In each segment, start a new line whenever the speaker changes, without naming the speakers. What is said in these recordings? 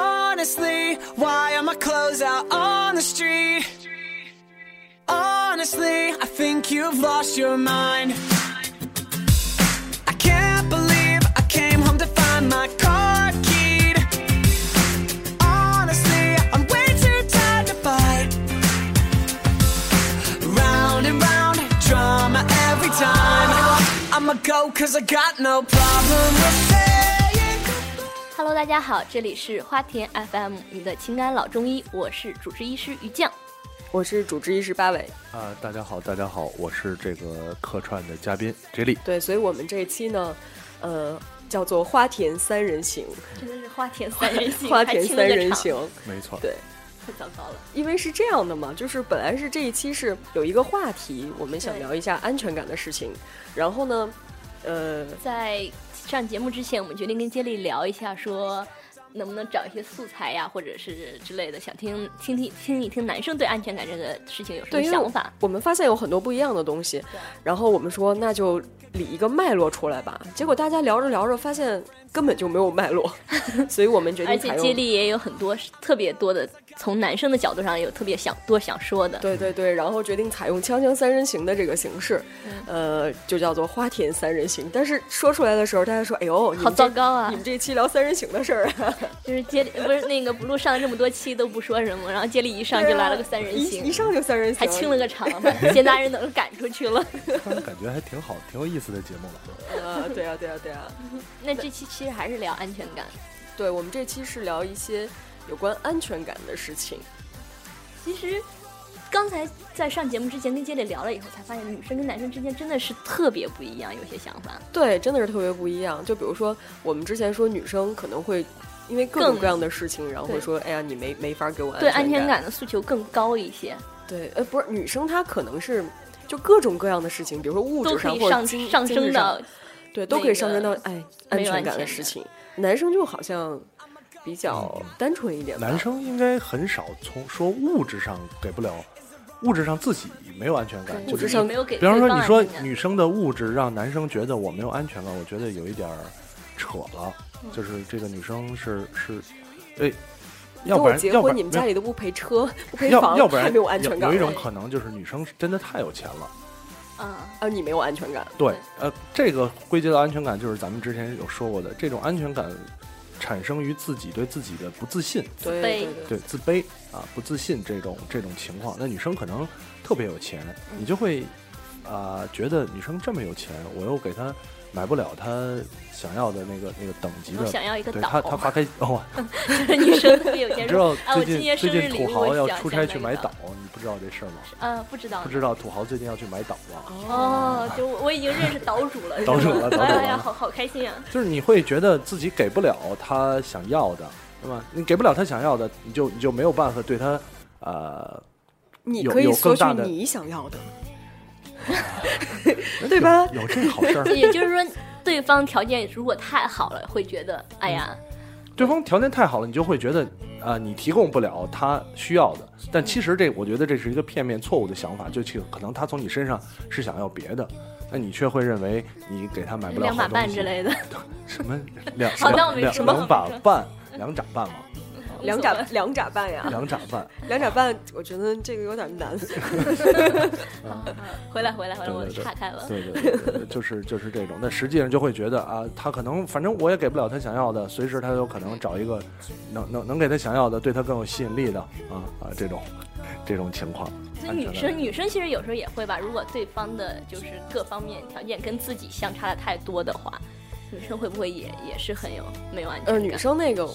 Honestly, why are my clothes out on the street? Honestly, I think you've lost your mind. I can't believe I came home to find my car keyed. Honestly, I'm way too tired to fight. Round and round, drama every time. I'ma go cause I got no problem with saying
Hello，大家好，这里是花田 FM，你的情感老中医，我是主治医师于酱。
我是主治医师八尾。
啊、大家好，大家好，我是这个客串的嘉宾 J 莉。
对，所以我们这一期呢，呃，叫做花田三人行，
真的是花田三人 行，
花田三人
还清
行
了个场，
没错，
对。
太糟糕了。
因为是这样的嘛，就是本来是这一期是有一个话题，我们想
对
聊一下安全感的事情。然后呢，呃，
在上节目之前，我们决定跟接力聊一下，说能不能找一些素材呀，或者是之类的，想听听听听一听男生对安全感这个事情有什么
对，因为
想法。
我们发现有很多不一样的东西，然后我们说那就理一个脉络出来吧。结果大家聊着聊着发现根本就没有 脉络，所以我们决
而
定
且
采
接
用。
力也有很多是特别多的，从男生的角度上有特别想多想说 的。
对对对，然后决定采用“锵锵三人行”的这个形式，呃，就叫做“花田三人行”。但是说出来的时候，大家说：“哎 呦，你们
好
这
糟糕啊
你们这一期聊三人行的事儿 啊，
就是接力不是那个不录上了这么多期都不说什么，然后接力一上就来了个三人行，
一一上就三人行，
还清了个场，把 闲杂人等都赶出去了。
突然感觉还挺好，挺有意思的节目了。
啊！对啊，对啊，对啊，
那这期其实还是聊安全感。
对我们这期是聊一些有关安全感的事情。
其实刚才在上节目之前跟接力聊了以后，才发现女生跟男生之间真的是特别不一样，有些想法。
对，真的是特别不一样。就比如说，我们之前说女生可能会因为各种
更
各样的事情，然后
对
会说：“哎呀，你没没法给我
对
安
安全
全
感的诉求更高一些，
对，呃，不是女生，她可能是就各种各样的事情，比如说物
都
质
可
上
以
或者
上
精
上
精神
升
上
到
对，都
那
可以上升到
个
哎
没
安
有
全
安
感的
全
事
感
情。男生就好像比较单纯一点吧，
男生应该很少从说物质上给不了，物质上自己没有安全感，
对
就
物质
是
上
没有给
比方
对
说
方
你说
安全感
女生的物质让男生觉得我没有安全感，我觉得有一点儿扯了，
嗯
就是这个女生是是，哎，要
跟
不
我
然
结
要不
婚，
然
你们家里都不赔车、不赔
要
房，
要不然
太没有安全感
有一
了
种可能就是女生真的太有钱了。
啊，
啊！你没有安全感，
对
对，
呃，这个归结到安全感，就是咱们之前有说过的，这种安全感产生于自己对自己的不自信，
对
卑
对对，
对自卑啊、不自信这种这种情况。那女生可能特别有钱，
嗯
你就会啊、觉得女生这么有钱，我又给她买不了她想要的那个那个等级
我
的，
想要一个
对她她
岛，
花开哦，
女生特别有钱
你知
说
道，
啊，我
最
今
近
年
最
生日
近
礼
土
物
豪
我
要
想
出
想
差
买
去
一
买
个
岛，你不知道这事儿吗？
呃，不知道
不知道土豪最近要去买岛了。
哦，就我我已经认识岛主了，是
岛主
吗
了岛主
哎呀，
了
好好开心啊！。
就是你会觉得自己给不了他想要的，对吧？你给不了他想要的，你就你就没有办法对他，呃，
你
有
可以
有
索
更
取
大的
你想要 的，对吧？
有这好事儿
也就是说，对方条件如果太好了，会觉
嗯
得哎呀，
对方条件太好了，你就会觉得，啊、你提供不了他需要的。但其实这，我觉得这是一个片面错误的想法，就其可能他从你身上是想要别的，那你却会认为你给他买不了
两
好
把
东
半
西
之，类的，
什么两
好像我没
两
说
两把半，两掌半嘛，
两
无所
眨
谓
两眨半呀，
两掌半。
两眨半，我觉得这个有点难。
回来回来回来，
对
我
对对
岔开了。
对对 对对对，就是就是这种。那实际上就会觉得啊，他可能反正我也给不了他想要的，随时他有可能找一个能能能给他想要的，对他更有吸引力的啊啊这种这种情况。
所以
安全
女
感
生女生其实有时候也会吧，如果对方的就是各方面条件跟自己相差的太多的话，女生会不会也也是很有没有安全
呃，
感？
女生那个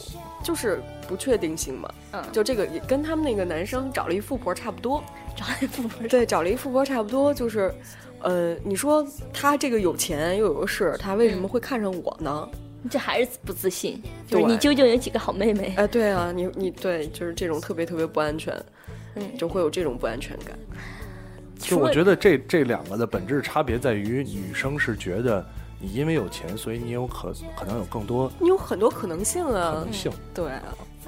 就是不确定性嘛，
嗯，
就这个也跟他们那个男生找了一富婆差不多。
找一部分
对，找了一富婆差不多，就是，呃，你说他这个有钱又有势，他为什
嗯
么会看上我呢？
这还是不自信，就是
对
你究竟有几个好妹妹？
哎，对啊，你你对，就是这种特别特别不安全，
嗯
就会有这种不安全感。
就我觉得这这两个的本质差别在于，女生是觉得你因为有钱，所以你有可可能有更多
你有很多可能性
可
啊
能，性。
对啊，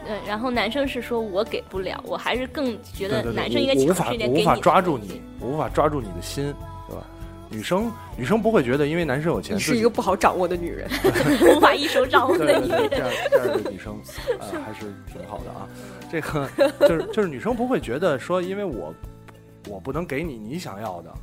嗯，然后男生是说我给不了，我还是更觉
对
得
对
男
对，
生应该
我我无
强
法
势一点
我
给
无
你
法
的
抓
东
住
西
你，我无法抓住你的心，对吧？女生女生不会觉得因为男生有钱
你
自
是
己
一个不好掌握的女人。
无法一手掌握
对
的
对
一
对，这样这样的女生，呃，还是挺好的啊。这个就是就是女生不会觉得说，因为我我不能给你你想要的，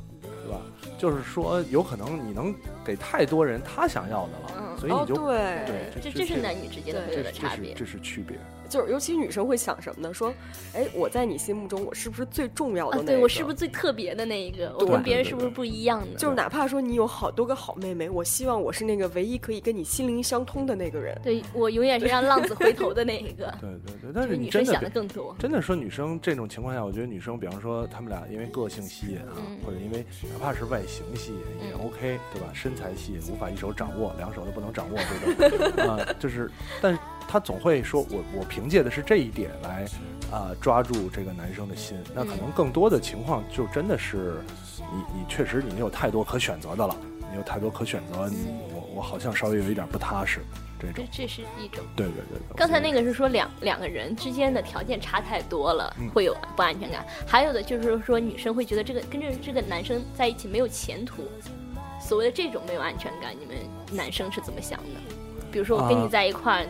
对吧？就是说，有可能你能给太多人他想要的了，
嗯
所以
哦，
你就
对，
对
这
这这
这
这
是男女之间的会有
对
这是
的
这
差
是
别。
这是区别。
就是尤其女生会想什么呢？说，哎，我在你心目中我是不是最重要的
啊
那、，
对我是不是？最特别的那一个？我
对
跟
对
别人
对
是不是
对。
不一样的？
就是哪怕说你有好多个好妹妹，我希望我是那个唯一可以跟你心灵相通的那个人。
对我永远是让浪子回头的那一个
对对对，但
就是女
你
生
真的
想的
得
更多，
真的说女生这种情况下，我觉得女生，比方说她们俩因为个性吸引啊，
嗯
或者因为哪怕是外形吸引也
嗯
OK，、对吧？身材吸引无法一手掌握，两手都不能掌握这 种啊、就是，但她总会说我我凭借的是这一点来啊、抓住这个男生的心。那可能更多的情况就真的是你你确实你有太多可选择的了，你有太多可选择，
嗯
你我我好像稍微有一点不踏实这
这
种。
这是一种。
对对对对，
刚才那
个
个是说两两个人之间的条件差太多了
嗯，
会有不安全感。还有的就是说，女生会觉得这个跟这这个男生在一起没有前途，所谓的这种没有安全感，你们男生是怎么想的？比如说我跟
啊
你在一块儿，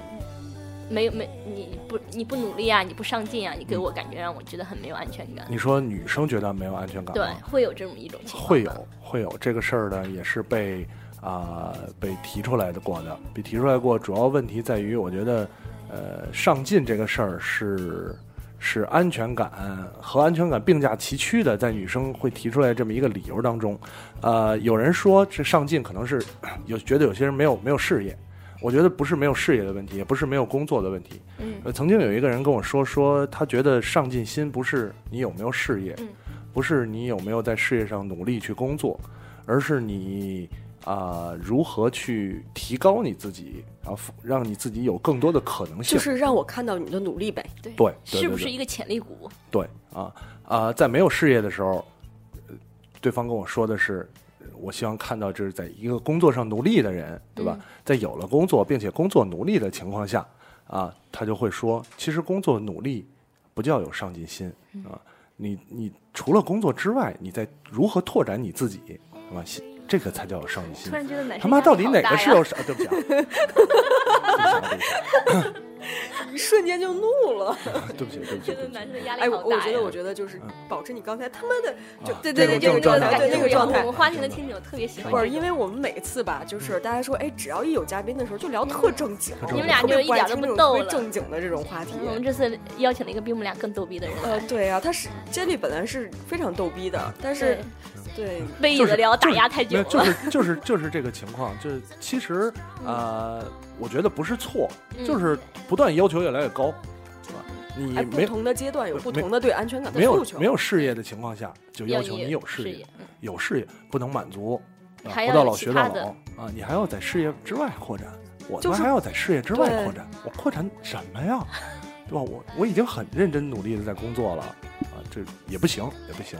没有没你不你不努力啊，你不上进啊，你给我感觉让我觉得很没有安全感。
你说女生觉得没有安全感吗？
对，会有这么一种情况。
会有会有这个事儿呢，也是被啊、被提出来的过的，被提出来过。主要问题在于，我觉得呃上进这个事儿是是安全感和安全感并驾齐驱的，在女生会提出来这么一个理由当中，呃，有人说这上进可能是 有觉得有些人没有没有事业。我觉得不是没有事业的问题，也不是没有工作的问题。
嗯
呃，曾经有一个人跟我说，说他觉得上进心不是你有没有事业，
嗯
不是你有没有在事业上努力去工作，而是你啊、如何去提高你自己，啊，让你自己有更多的可能
就
性。
是让我看到你的努力呗。
对
对对对
是不是
对
一个潜力股？
对啊啊、在没有事业的时候，呃对方跟我说的是，呃我希望看到这是在一个工作上努力的人，
嗯
对吧？在有了工作并且工作努力的情况下，啊，他就会说，其实工作努力不叫有上进心
嗯
啊，你你除了工作之外，你在如何拓展你自己，对吧？这个才叫有上进心
突。然觉得男生
他妈，
压力
到底
好
哪
大
个是
呀
有上？对不起啊， 对不起啊，对不起啊，
一瞬间就怒了。
对不起，对不 起，
觉得
对不起啊
男。生的压力
哎，我
好嗯大
我觉
呀
得，我觉得就是保持你刚才他妈的就
嗯啊
对
这
对
种
对这个
这种状
状
态嗯
态，
感
对
觉
那个状
我
态
们。花钱的听众特别喜欢
不是，
这
因为我们每次吧，就是大家说，哎，只要一有嘉宾的时候，就聊特正经，
你们俩
特别
就一
爱
点都
听
不
那种
逗
特别
了嗯
正经的这种话题。
我们这次邀请了一个比我们俩更逗逼的人
呃
来，，
对啊，他是 Jelly 本来是非常逗逼
嗯
的，但是对
被你
就
的
是
聊打
就是
压太久
没有，
了。
就是就是就是这个情况，就是其实
嗯
呃，我觉得不是错，就是不断要求越来越高，是吧？你
哎，不
没
同的阶段有不
没
同的对安全感的
没有
诉求。
没有事业的情况下，就要
要
求
有
你有
事
事
业
业，有事业不能满足，啊
还
活
要
到
有
老
其
学
他
到
老
老啊，你还要在事业之外扩展，我他
就
妈
是
还要在事业之外
对
扩展，我扩展什么呀？对吧？我我已经很认真努力的在工作了啊，这也不行，也不行。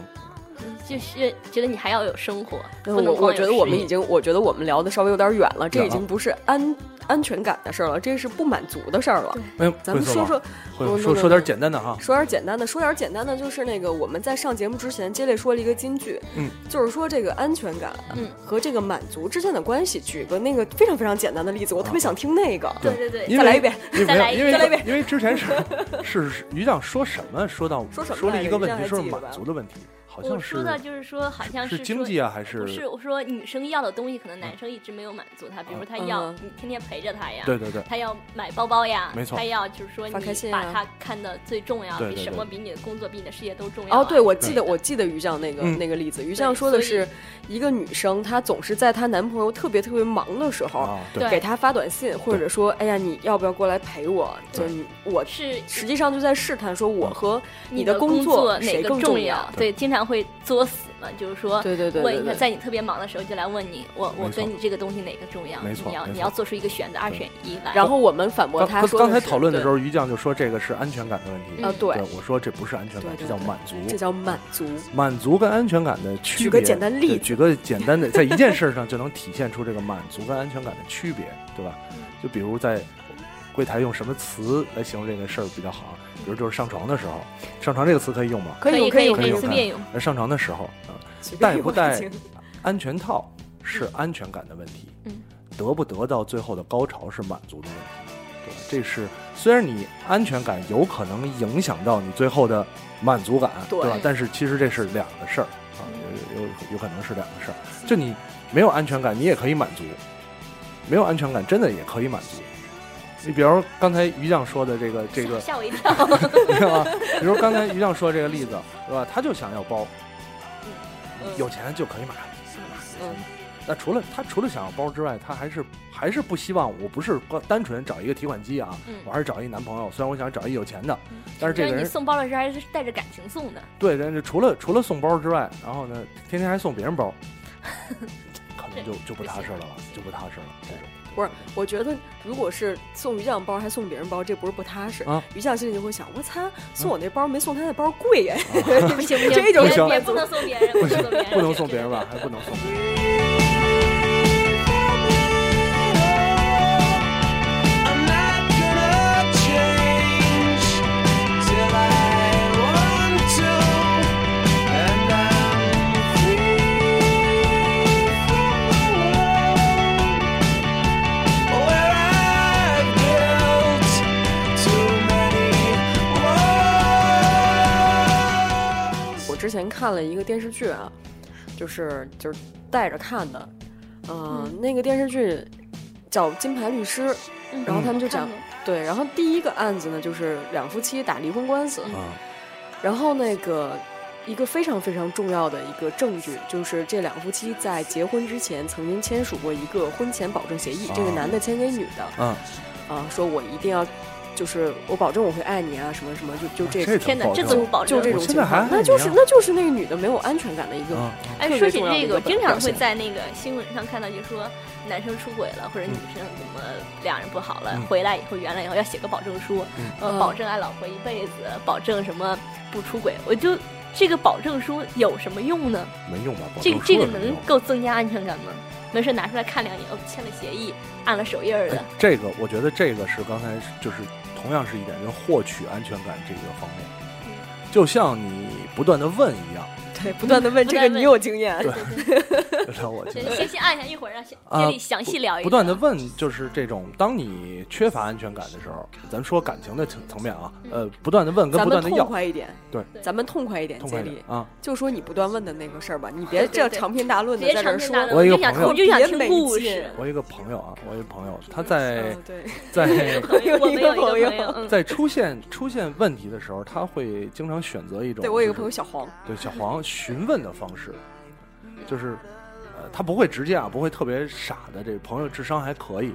嗯就是觉得你还要有生活，
但
不能
嗯我
光
我
有
觉得我
事
们
业
已经，我觉得我们聊的稍微有点远了，这
远
已经
了
不是安安全感的事儿了，这是不满足的事儿了。
哎，
咱们
惠子
说
老
说哦
惠
不
子说
不
说
不
点简单的哈，
说点简单的，说点简单的，就是那个我们在上节目之前，接力说了一个金句，
嗯，
就是说这个安全感，啊
嗯
和这个满足之间的关系。举个那个非常非常简单的例子，我特别想听那个。
对对对
啊因为
再来一遍，
因为
再
没
来
有
一
因为
再来一
因为之前是是是于酱说什么说到
说什么
了
来
一
着
个
于
问
酱
题，
还
说是
记得
满
吧
足的问题，好
我
像
说
是
到就是说，好像
是
说
经济啊还是
不是，我说女生要的东西，可能男生一直没有满足她，比如说他要
嗯
你天天陪着他呀，
对 对对
他要买包包呀，
没错
他要就是说你
发开心
把
啊
他看的最重要，
对
比
对
什
对
么比你的工作比你的事业都重要啊。
哦，对，我记
对
得，我记得于酱那个、
嗯
那个例子，于
对
酱说的
所以
是一个女生，她总是在她男朋友特别特别忙的时候，
啊
对
给他发短信，或者说，哎呀，你要不要过来陪我？就
对
是你我
是
实际上就在试探，说我
嗯
和
你
的
工
作
哪
谁
个
更
重
要？？
对，经常会作死嘛，就是说，
对对对对
问一下，
对
在你特别忙的时候就来问你，我我
没错
跟你这个东西哪个重要？
没错
你要
没错
你要做出一个选择，二选一来。
然后我们反驳
刚
他
刚
说，
刚才讨论的时，候，嗯于酱就说这个是安全感的问题
啊，对，
我说这不是安全感，
对
这
对
叫满足。
这叫满足。
满足跟安全感的区别，
举个简单例
对
子
举个简单的，在一件事上就能体现出这个满足跟安全感的区别，对吧？
嗯
就比如在柜台用什么词来形容这个事儿比较好啊？比如就是上床的时候，上床这个词可以用吗？
可
以
以，
可
以，
可
以
以
用
随
看
便用，
呃上床的时候啊，
随便
带
用
不带安全套是安全感的问题，
嗯，
得不得到最后的高潮是满足的问题。对，这是虽然你安全感有可能影响到你最后的满足感，对
对
吧？但是其实这是两个事儿啊，有有有可能是两个事儿。就你没有安全感，你也可以满足；没有安全感，真的也可以满足。你比如刚才于酱说的这个这个
吓我一跳。
你知道吗？啊比如刚才于酱说这个例子，对吧？他就想要包，有钱就可以买。
嗯
那除了他除了想要包之外，他还是还是不希望我不是光单纯找一个提款机啊，
嗯
我还是找一男朋友。虽然我想找一有钱的， 但是这
就
个
是你
人
送包的时候还是带着感情送的，
对，但是除了除了送包之外，然后呢，天天还送别 人包，可能就就不踏实了吧，就不踏实了。这种
不是，我觉得如果是送鱼酱包还送别人包，这不是不踏实
啊。
鱼酱心里就会想，我擦，送我那包没送他那包贵耶。
不行不行，
这种
别
啊行
别不能送别人，不能送别人，
不能送别人吧，还不能送别人。
I'm not gonna change till I want to, and I'm where I've built too many walls.
我之前看了一个电视剧啊，就是就是带着看的，呃、嗯，那个电视剧叫《金牌律师》，
嗯
然后他们就
看
讲
过，
对，然后第一个案子呢就是两夫妻打离婚官司，
啊
然后那个一个非常非常重要的一个证据，就是这两夫妻在结婚之前曾经签署过一个婚前保证协议，这个
啊
男的签给女的，
啊，
啊，说我一定要，就是我保证我会爱你啊，什么什么，就就这
这
个。
天哪
怎么
这
保
怎
证
么保证
就这
我
种
现
情
在
况，
还爱
那
你
就是
啊
那就是那个女的没有安全感的一个，
啊啊
哎，
特
说
别
起
重要的
这
一
个，
个
我经常
表
会
现
在那个新闻上看到，就说男生出轨了，或者女
嗯
生怎么两人不好了，回来以后原来以后要写个保证书，呃，
嗯
保证爱老婆一辈子，保证什么不出轨，我就。这个保证书有什么用呢？
嗯没用吧？保
这
证
个
书
这个
也没
能
用
够增加安全感吗？没事拿出来看两眼，哦，签了协议，按了手印儿的
啊
哎，这个我觉得这个是刚才就是同样是一点，就是获取安全感这个方面，
嗯
就像你不断的问 一样，
对，不断的问
不
这
断
个
地
你
问
有经验，
知道我觉
对
得，
先先按一下，一会儿让
啊
杰里详细聊一聊。
不断的问，就是这种，当你缺乏安全感的时候，咱们说感情的层层面啊，呃，不断的问
嗯
跟
咱
不
们
断的
痛
要，
快一点，
对，
咱们痛快一点，
痛
杰
快一点
里，
啊，
就说你不断问的那个事儿吧，你别
对
这
对
长篇大论的
别
在这
长
儿
篇
说
大。论，
我有一
就
个
想
朋友
我就想
别
听
没
故
劲
事。
我有一个朋友啊，我有一个朋友，他在
嗯，对，
在
友我们有一个
我
朋
有一个
友，嗯
在出现出现问题的时候，他会经常选择一种，
对我有一个
就是
朋友小黄，
对小黄询问的方式，就是，呃，他不会直接啊，不会特别傻的。这个朋友智商还可以，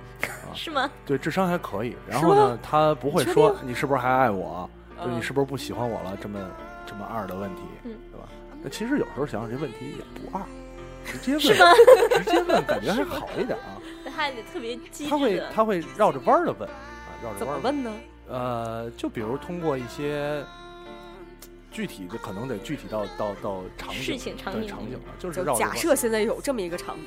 是吗？
对智商还可以。然后呢，他不会
确
说
定
你是不是还爱我，啊就是你
嗯
是不是不喜欢我了，这么这么二的问题，
嗯
对吧？那其实有时候想想这问题也不二，直接问，直接问感觉还好一 点啊。
他得特别机
他
智
会
的，
他会绕着弯儿的问啊，绕着
怎
弯
么
儿地
问呢？
呃，就比如通过一些具体的，可能得具体到到到场景
事情场
对
景
场景了，就是
就
绕着
假
弯
设现在有这么一个场景，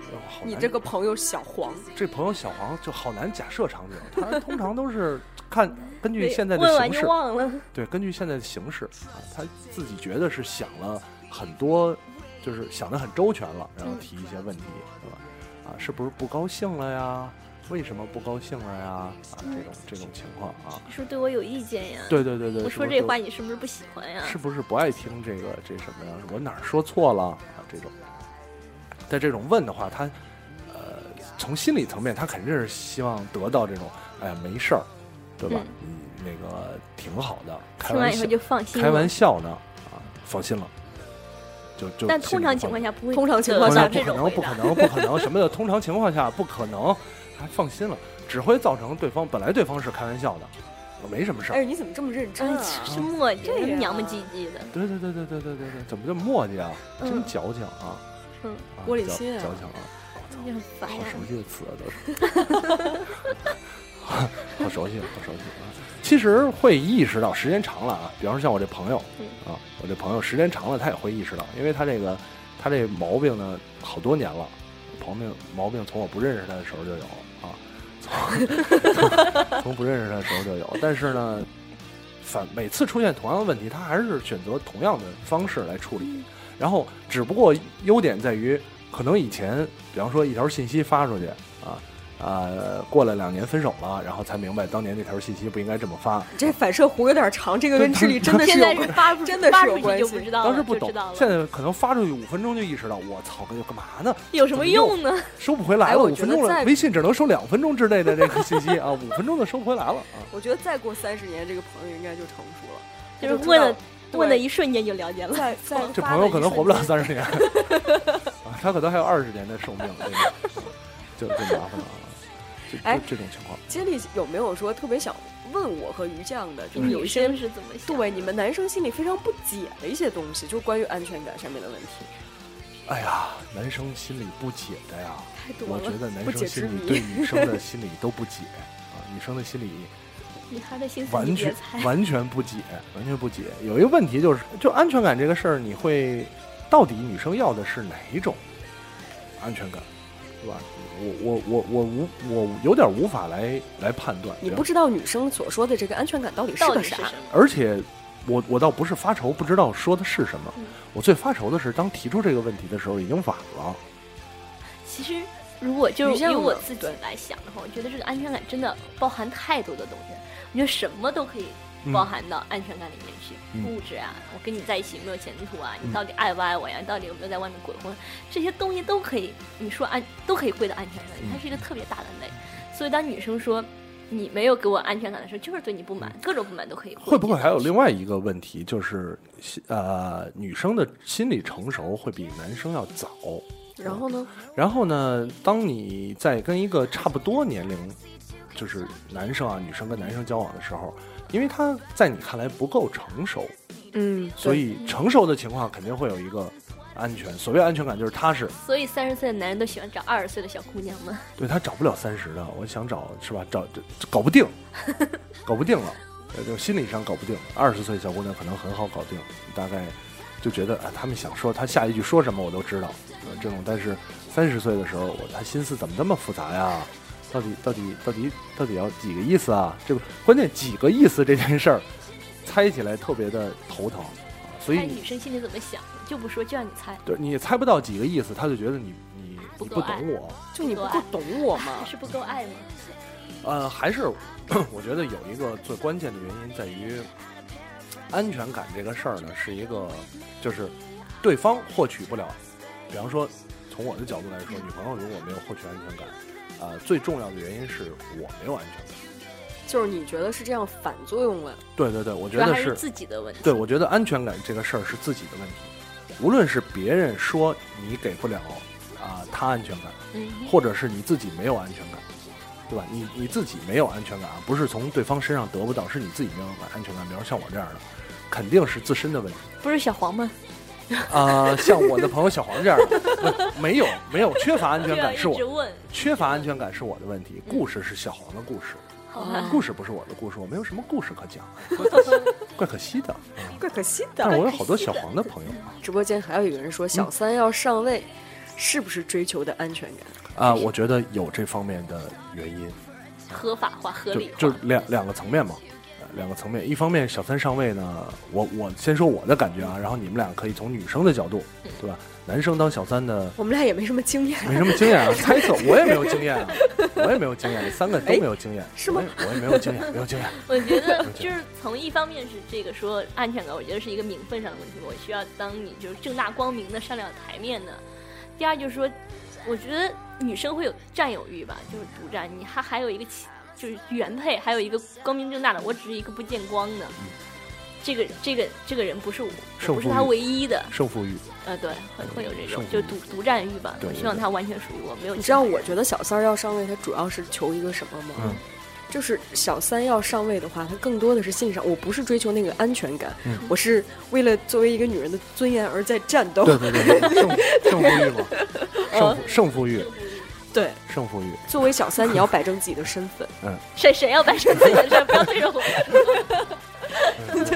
哎呦好
你
难
这个朋友小黄，
这朋友小黄就好难假设场景，他通常 都是看根据
对
现在的
问完
形
就
式，
忘了。
对，根据现在的形式啊，他自己觉得是想了很多，就是想的很周全了，
嗯
然后提一些问题，对吧？啊，是不是不高兴了呀？为什么不高兴了呀？啊，这种这种情况啊，
你是不是对我有意见呀？
对对对对，
我
是
说
不
这
是
话你嗯是不是不喜欢呀？
是不是不爱听这个这什么呀？我哪儿说错了啊？这种，但这种问的话，他呃，从心理层面，他肯定是希望得到这种，哎呀，没事儿，对吧？嗯，那个挺好的，开
听完
玩
以
笑
后，就放心了。
开玩笑呢啊，放心了，就就。
但通常情况
下，
下不会，
通常情
得
况
通
下
到
常
这
不可
种
能，
回
不可
答。
能，不可能什么的，通常情况下不可能，还放心了，只会造成对方本来对方是开玩笑的，我没什么事儿
哎，。你怎么这么认真
哎，
啊？
嗯
是是磨叽，
这样
他们娘们唧唧的。
对对对对对对对对，怎么这么磨叽啊？真
嗯
矫情啊！
嗯
啊，
玻璃
矫
心啊
矫情啊！我操
就很烦
好
呀
熟，悉的词啊，都是，好熟悉，好熟悉啊！其实会意识到，时间长了啊，比方说像我这朋友
嗯
啊，我这朋友时间长了，他也会意识到，因为他这个他这毛病呢，好多年了，毛病毛病从我不认识他的时候就有啊，从从不认识他的时候就有，但是呢，反每次出现同样的问题，他还是选择同样的方式来处理，然后只不过优点在于可能以前，比方说一条信息发出去啊。呃，过了两年分手了，然后才明白当年那条信息不应该这么发。
这反射弧有点长，这个跟智力 真的
现
是
在
有
是
关。
发出
真的是
发
有
出去
关
就
系
不知道了，
当时不
就
懂
知道，
现
了，
在可能发出去五分钟就意识到，我操，这干嘛呢？
有什么用呢？
收不回来
哎
了，
我
五
觉
分
得
钟了，
在
微信只能收两分钟之内的 这个信息啊，五分钟就收不回来了啊。
我觉得再过三十年，这个朋友应该就成熟了，
就
他
是
知
问
道
了问的一瞬间就了解 了。
在在
哦这
发
朋友
的
可
一
能活不了
瞬间
三十年， 啊，他可能还有二十年的寿命，这个就就麻烦了啊。就
哎
就这种情况，
接力有没有说特别想问我和于酱的，
嗯
就是有
女
一些
生是怎么想？
对你们男生心里非常不解的一些东西，就是关于安全感上面的问题，
哎呀，男生心里不解的呀。
太多
我
了
觉得，男
不
生
解
心
之
里
谜。
对女生的心里都不解啊，女生的心里
女孩的心思你
完
别
全
猜。
完全不解，完全不解。有一个问题就是，就安全感这个事儿，你会到底女生要的是哪一种安全感，对吧？我我我我无我有点无法来来判断。
你
这样
不知道女生所说的这个安全感到底是
到底
个
是
啥
什？么？
而且我我倒不是发愁，不知道说的是什么
嗯。
我最发愁的是，当提出这个问题的时候已经晚了。
其实，如果就
你
是
像
以我
我
自己
对
来想的话，我觉得这个安全感真的包含太多的东西了。我觉得什么都可以
嗯
包含到安全感里面去，
嗯
物质啊，我跟你在一起有没有前途啊，
嗯
你到底爱不爱我呀，你到底有没有在外面鬼混，这些东西都可以，你说安都可以归到安全感里
嗯，
它是一个特别大的类。所以当女生说你没有给我安全感的时候，就是对你不满，各种不满都可以
会不会
结
还
到
有
一起
另外一个问题，就是呃，女生的心理成熟会比男生要早。
然后呢？
然后呢，当你在跟一个差不多年龄，就是男生啊，女生跟男生交往的时候，因为他在你看来不够成熟，
嗯，
所以成熟的情况肯定会有一个安全。所谓安全感就是踏实，
所以三十岁的男人都喜欢找二十岁的小姑娘们，
对他找不了三十的，我想找是吧？找这这搞 不定，搞不定了，呃，就心理上搞不定。二十岁小姑娘可能很好搞定，大概就觉得啊，他们想说他下一句说什么我都知道，呃，这种。但是三十岁的时候，我他心思怎么这么复杂呀？到底到底到底到底要几个意思啊？这个关键几个意思这件事儿，猜起来特别的头疼，啊所以
看
你
女生心里怎么想，就不说，就让你猜。
对你也猜不到几个意思，他就觉得你你
不
你
够
不
爱
懂我。
就你不够懂我嘛
还？ 是不够爱吗？
呃，还是 我觉得有一个最关键的原因在于，安全感这个事儿呢，是一个就是对方获取不了。比方说，从我的角度来说，女朋友如果没有获取安全感，呃，最重要的原因是我没有安全感。
就是你觉得是这样反作用了，
对对对，我觉
主要
得
还
是
是自己的问题。
对，我觉得安全感这个事儿是自己的问题，无论是别人说你给不了啊、他安全感，
嗯
或者是你自己没有安全感，对吧？你你自己没有安全感啊，不是从对方身上得不到，是你自己没有安全感。比如像我这样的，肯定是自身的问题
哼，不是小黄吗？
啊、 像我的朋友小黄这样的， 不没有没有缺乏安全 感是啊
一
我
直问，
缺乏安全感是我的问题，故事是小黄的故事，
好吧？
故事不是我的故事，我没有什么故事可讲，怪可惜的。啊
怪可惜
但是
的。
我有好多小黄的朋友啊。
直播间还有一个人说，小三要上位，是不是追求的安全感？
啊，我觉得有这方面的原因，
合法化、合理化，
就就两两个层面嘛，呃两个层面。一方面，小三上位呢，我我先说我的感觉啊，然后你们俩可以从女生的角度，
嗯
对吧？男生当小三的
我们俩也没什么经验，
没什么经验啊，猜测我也没有经验啊，我也没有经验，三个都
哎
没有经验，
是吗
我也？我也没有经验，没有经验。
我觉得就是从一方面是这个说安全感，我觉得是一个名分上的问题，我需要当你就是正大光明的上了台面的。第二就是说，我觉得女生会有占有欲吧，就是独占，你还还有一个其就是原配，还有一个光明正大的，我只是一个不见光的。这个这个这个人不是我，
嗯胜
我不是
负
他
欲
唯一的，
胜负欲，
呃，对，会会有这
胜
种
负
就
欲
独独占欲吧，
对
我
对
希望
对
他完全属于我，没有
你
其
知道，
他人
我觉得小三儿要上位，他主要是求一个什么吗？
嗯
就是小三要上位的话，他更多的是欣赏。我不是追求那个安全感，我是为了作为一个女人的尊严而在战斗。
对对对，对胜胜负欲嘛，胜负胜负欲，
对
胜负欲，
作为小三，你要摆正自己的身份。
谁谁要摆正自己的事儿，不要对着我。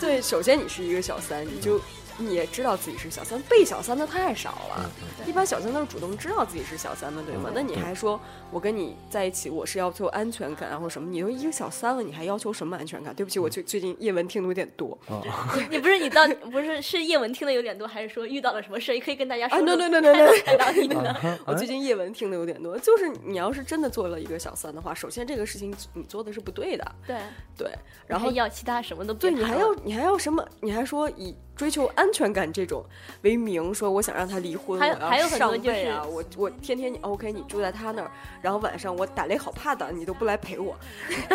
对，首先你是一个小三，你就你也知道自己是小三，被小三的太少了。一般小三都是主动知道自己是小三的，对吗？那你还说我跟你在一起，我是要求安全感啊，或者什么？你都一个小三了，你还要求什么安全感？对不起，我最最近叶文听的有点多
嗯
你不是你到底不是是叶文听的有点多，还是说遇到了什么事儿？也可以跟大家说
啊
说。
！no no no no no，
看到你的，
哎
我最近叶文听的有点多。就是你要是真的做了一个小三的话，首先这个事情你做的是不对的，
对，
对。 然后
还要其他什么都别
对你还
谈
要
了
你还要什么？你还说以追求安全感这种为名，说我想让他离婚，
还有
我要
还有很多
上位啊，
就是
我我天天你 OK，你住在他那儿，然后晚上我打雷好怕的，你都不来陪我，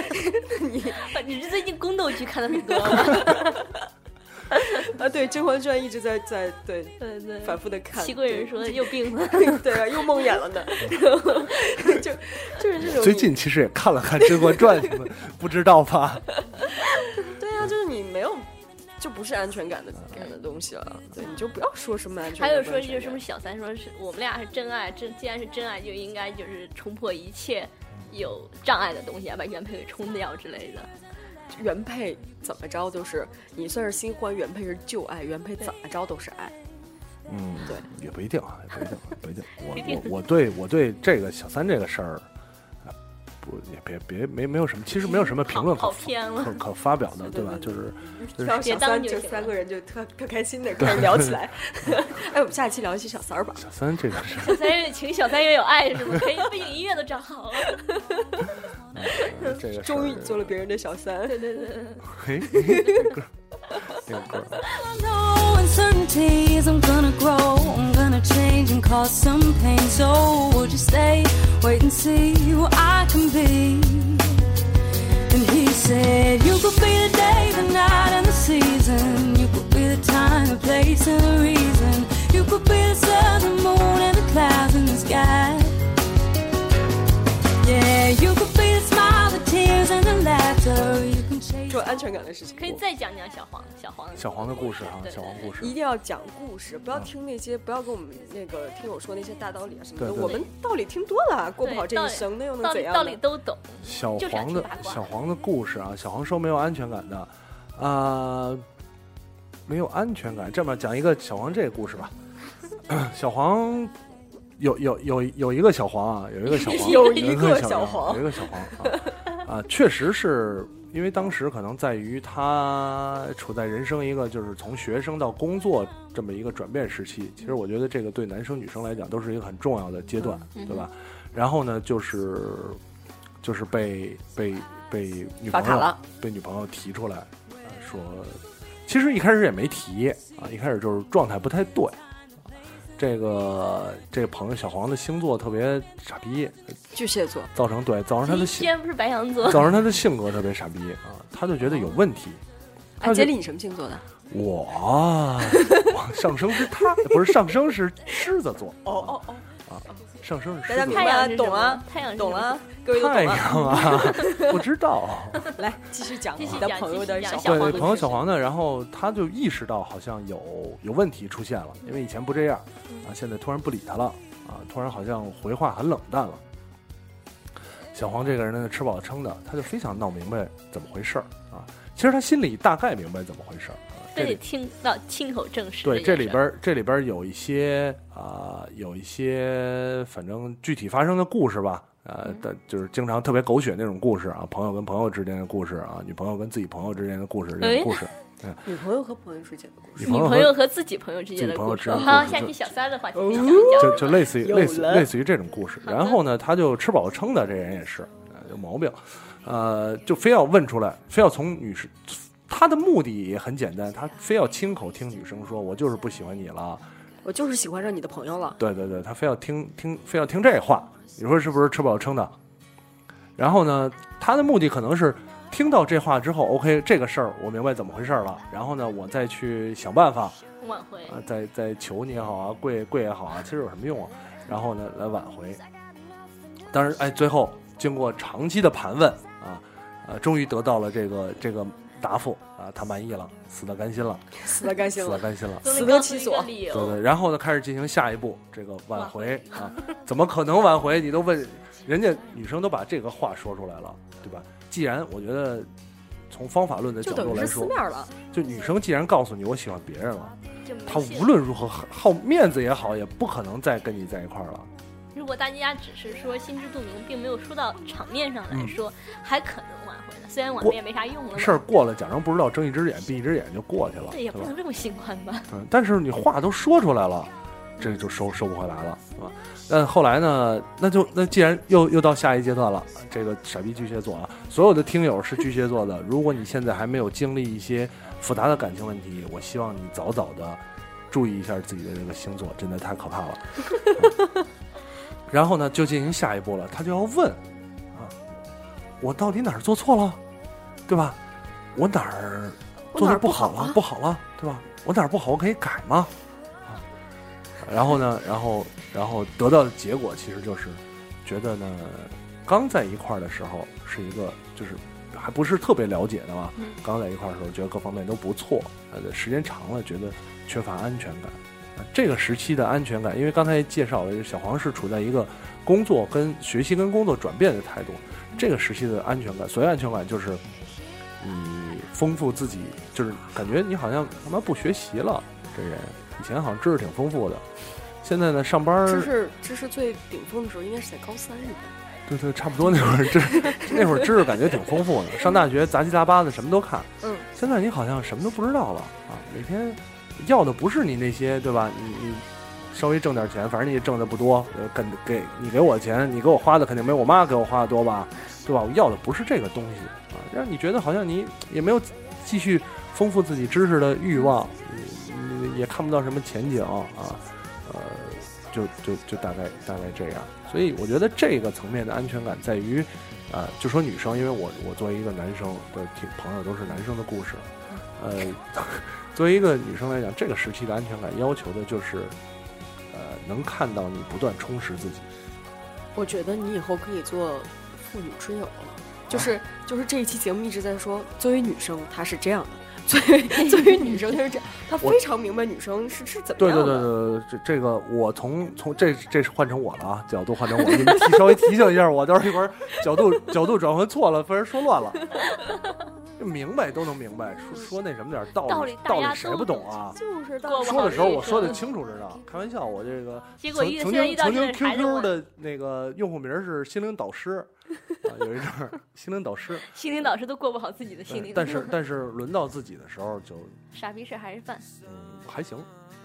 你是最近宫斗剧看的 很多吗？
啊，对，《甄嬛传》一直在在对
对对。
反复的看。
熹贵人说又病 了，
对，对啊，又梦魇了呢， 然后就就是这种
哎最
你
近其实也看了看《甄嬛传》，你们不知道吧？
对啊，就是你没有。就不是安全感的感的东西了，对，你就不要说什么安全感。
还有说
不安
就是
全
什
感
么小三说是我们俩是真爱，这既然是真爱就应该就是冲破一切有障碍的东西啊，把原配给冲掉之类的。
原配怎么着就是你算是新欢，原配是旧爱，原配怎么着都是爱。
嗯，
对，
也不一定啊，也不一定，不一定。我我我对我对这个小三这个事儿，呃不也别别没没有什么，其实没有什么评论
跑
可
跑偏了
可可发表的，对吧？
对对
就是
然后小
别当
三
就
就
行
三
了
个人就特特开心 的开始聊起来。 哎，我们下一期聊一期小三儿吧。
小三这个事 儿
小三也请小三也有爱是吗？可以背景音乐都找好了。
呃，这个事儿
终于做了别人的小三，
嘿，这歌儿，这个歌儿。
No uncertainties. I'm gonna grow. I'm gonna change and cause some pain. So would you stay? Wait and see who I can be. And he said, You could be the day, the night, and the season. You could be the time, the place, and the reason. You could be the sun, the moon, and the clouds in the sky. Yeah, you could be the smile, the tears, and the laughter. You can chase.
说安全感的事情，
可以再讲讲小黄小黄
小黄的故事哈、
对对
小黄故事
一定要讲故事，不要
嗯
听那些，不要跟我们那个听友说那些大道理啊什么的。
对对
我们道理听多了，过不好这一生，那又能
道
怎
理
样？
道理。都懂，
小
就是爱
黄
听
的
八卦
小黄的故事啊，小黄说没有安全感的，啊，没有安全感。这么讲一个小黄这个故事吧， 小黄有有有有一个小黄啊，有一个小黄，
有一
一
个小
小
黄
有一个小黄啊啊，确实是因为当时可能在于他处在人生一个就是从学生到工作这么一个转变时期，其实我觉得这个对男生女生来讲都是一个很重要的阶段，
嗯
对吧？然后呢，就是就是被被被女
发
朋
卡
友
了
被女朋友提出来，呃说其实一开始也没提啊，一开始就是状态不太对。啊这个这个朋友小黄的星座特别傻逼，
巨蟹座，哎
造成对造成他的
既
性
然不是白羊座，
造成他的性格特别傻逼啊，他就觉得有问题。
哎，
他
杰
就
里你什么星座的？
我我上升是他，不是上升是狮子座，
哦哦哦，
上升是
大
狮
家
子
太阳是，
明白。了
座
什
懂
么
啊，
太阳是
懂
什
了
么
啊，各位都
太
懂了。
阳啊，不知道。 啊
来，继续讲
继续
你的
讲
朋
继
友
续
的
讲
小
小
黄
对
黄
对，
的
朋友
故事
小黄呢，然后他就意识到好像有有问题出现了，因为以前不这样
嗯
啊，现在突然不理他了啊，突然好像回话很冷淡了。小黄这个人呢，吃饱了撑的，他就非想闹明白怎么回事儿啊。其实他心里大概明白怎么回事儿啊，这
非得
里
听到亲口证实。
对，这里边儿这里边儿有一些啊、有一些反正具体发生的故事吧，呃，
嗯
但就是经常特别狗血那种故事啊，朋友跟朋友之间的故事啊，女朋友跟自己朋友之间的故事，这
哎
种故事，嗯
女朋友和朋友之间的故事
女
女
朋友
朋
和
友和自己朋友之间的故
自己
事。
朋友之间的
好，
故事哦
下期小三的话题可以讲
就
一
就类似于
有
类似
了
类似于这种故事。然后呢，他就吃饱了撑的，这人也是呃有毛病，呃，就非要问出来，非要从女士，他的目的也很简单，他非要亲口听女生说，我就是不喜欢你了。
我就是喜欢上你的朋友了。
对对对，他非要听听，非要听这话，你说是不是吃饱撑的？然后呢，他的目的可能是听到这话之后，OK，这个事儿我明白怎么回事儿了，然后呢，我再去想办法，
讲挽回。
啊，再再求你也好啊，跪跪也好啊，其实有什么用啊？然后呢，来挽回。当然，哎，最后经过长期的盘问啊，呃，终于得到了这个这个答复啊，他满意了，死的甘心了，
死的甘心
死的
了，
甘心了。
终于
死
告
得
诉
其
一个
所
理
对
由，
对，然后呢，开始进行下一步这个挽回啊，怎么可能挽回？你都问人家女生都把这个话说出来了，对吧？既然我觉得从方法论的角
就等
度
于
来
是撕
说
面，了。
就女生既然告诉你我喜欢别人了，
就没
他
戏
无
了。
论如何好面子也好，也不可能再跟你在一块儿了。
如果大家只是说心知肚明，并没有说到场面上来
嗯
说，还可能挽回的。虽然挽
我
回也没啥用了吧，
事儿过了，假装不知道，睁一只眼闭一只眼就过去了，
这也不
对吧？
能这么心宽吧？
嗯，但是你话都说出来了，这就收收不回来了，是吧？但后来呢，那就那既然又又到下一阶段了，这个傻逼巨蟹座啊，所有的听友是巨蟹座的，如果你现在还没有经历一些复杂的感情问题，我希望你早早的注意一下自己的这个星座，真的太可怕了。嗯 然后呢，就进行下一步了，他就要问啊，我到底哪儿做错了，对吧？我哪儿
我
做
哪
的
儿不
好
好啊
不好了，对吧？我哪儿不好，我可以改吗？啊，然后呢，然后然后得到的结果其实就是，觉得呢，刚在一块儿的时候是一个就是还不是特别了解的嘛，
嗯
刚在一块儿的时候觉得各方面都不错，呃，时间长了觉得缺乏安全感。啊这个时期的安全感，因为刚才介绍了，小黄是处在一个工作跟学习跟工作转变的态度，这个时期的安全感，所谓安全感就是你丰富自己，就是感觉你好像他妈不学习了，这人以前好像知识挺丰富的，现在呢上班儿
知识知识最顶峰的时候应该是在高三，
对对，差不多那会儿知那会儿知识感觉挺丰富的，上大学杂七杂八的什么都看。
嗯，
现在你好像什么都不知道了啊！每天要的不是你那些对吧？你你稍微挣点钱，反正你也挣的不多，呃，跟给你给我钱，你给我花的肯定没我妈给我花的多吧？对吧？我要的不是这个东西啊，让你觉得好像你也没有继续丰富自己知识的欲望，嗯你你也看不到什么前景啊，呃，就就就大概大概这样。所以我觉得这个层面的安全感在于，啊、就说女生，因为我我作为一个男生的挺朋友都是男生的故事，呃， 作为一个女生来讲，这个时期的安全感要求的就是，呃，能看到你不断充实自己。
我觉得你以后可以做妇女之友了，就是就是这一期节目一直在说，作为女生她是这样的，作 为作为女生她是这样，她
我
非常明白女生是是怎么
对
样
对
的。
对对，这这个我从从这这是换成我了啊，角度换成我，你们提稍微提醒一下我，到时候一会儿角度角度转换错了，被人说乱了。这明白都能明白，说说那什么点儿道
道理
理
大家
谁
都
不懂
懂
啊？
就是
过
当
不
时
好
说的时候
意
我
思
说的清楚着呢，开玩笑，我这个
结果
曾
遇
曾
现在遇
经
到
曾
这
经
人还是
QQ
我
的那个用户名是心灵导师，啊，有一阵儿心灵导师，
心灵导师都过不好自己的 心
对
灵，
但是但是轮到自己的时候就
傻逼事儿还是犯，
嗯还行，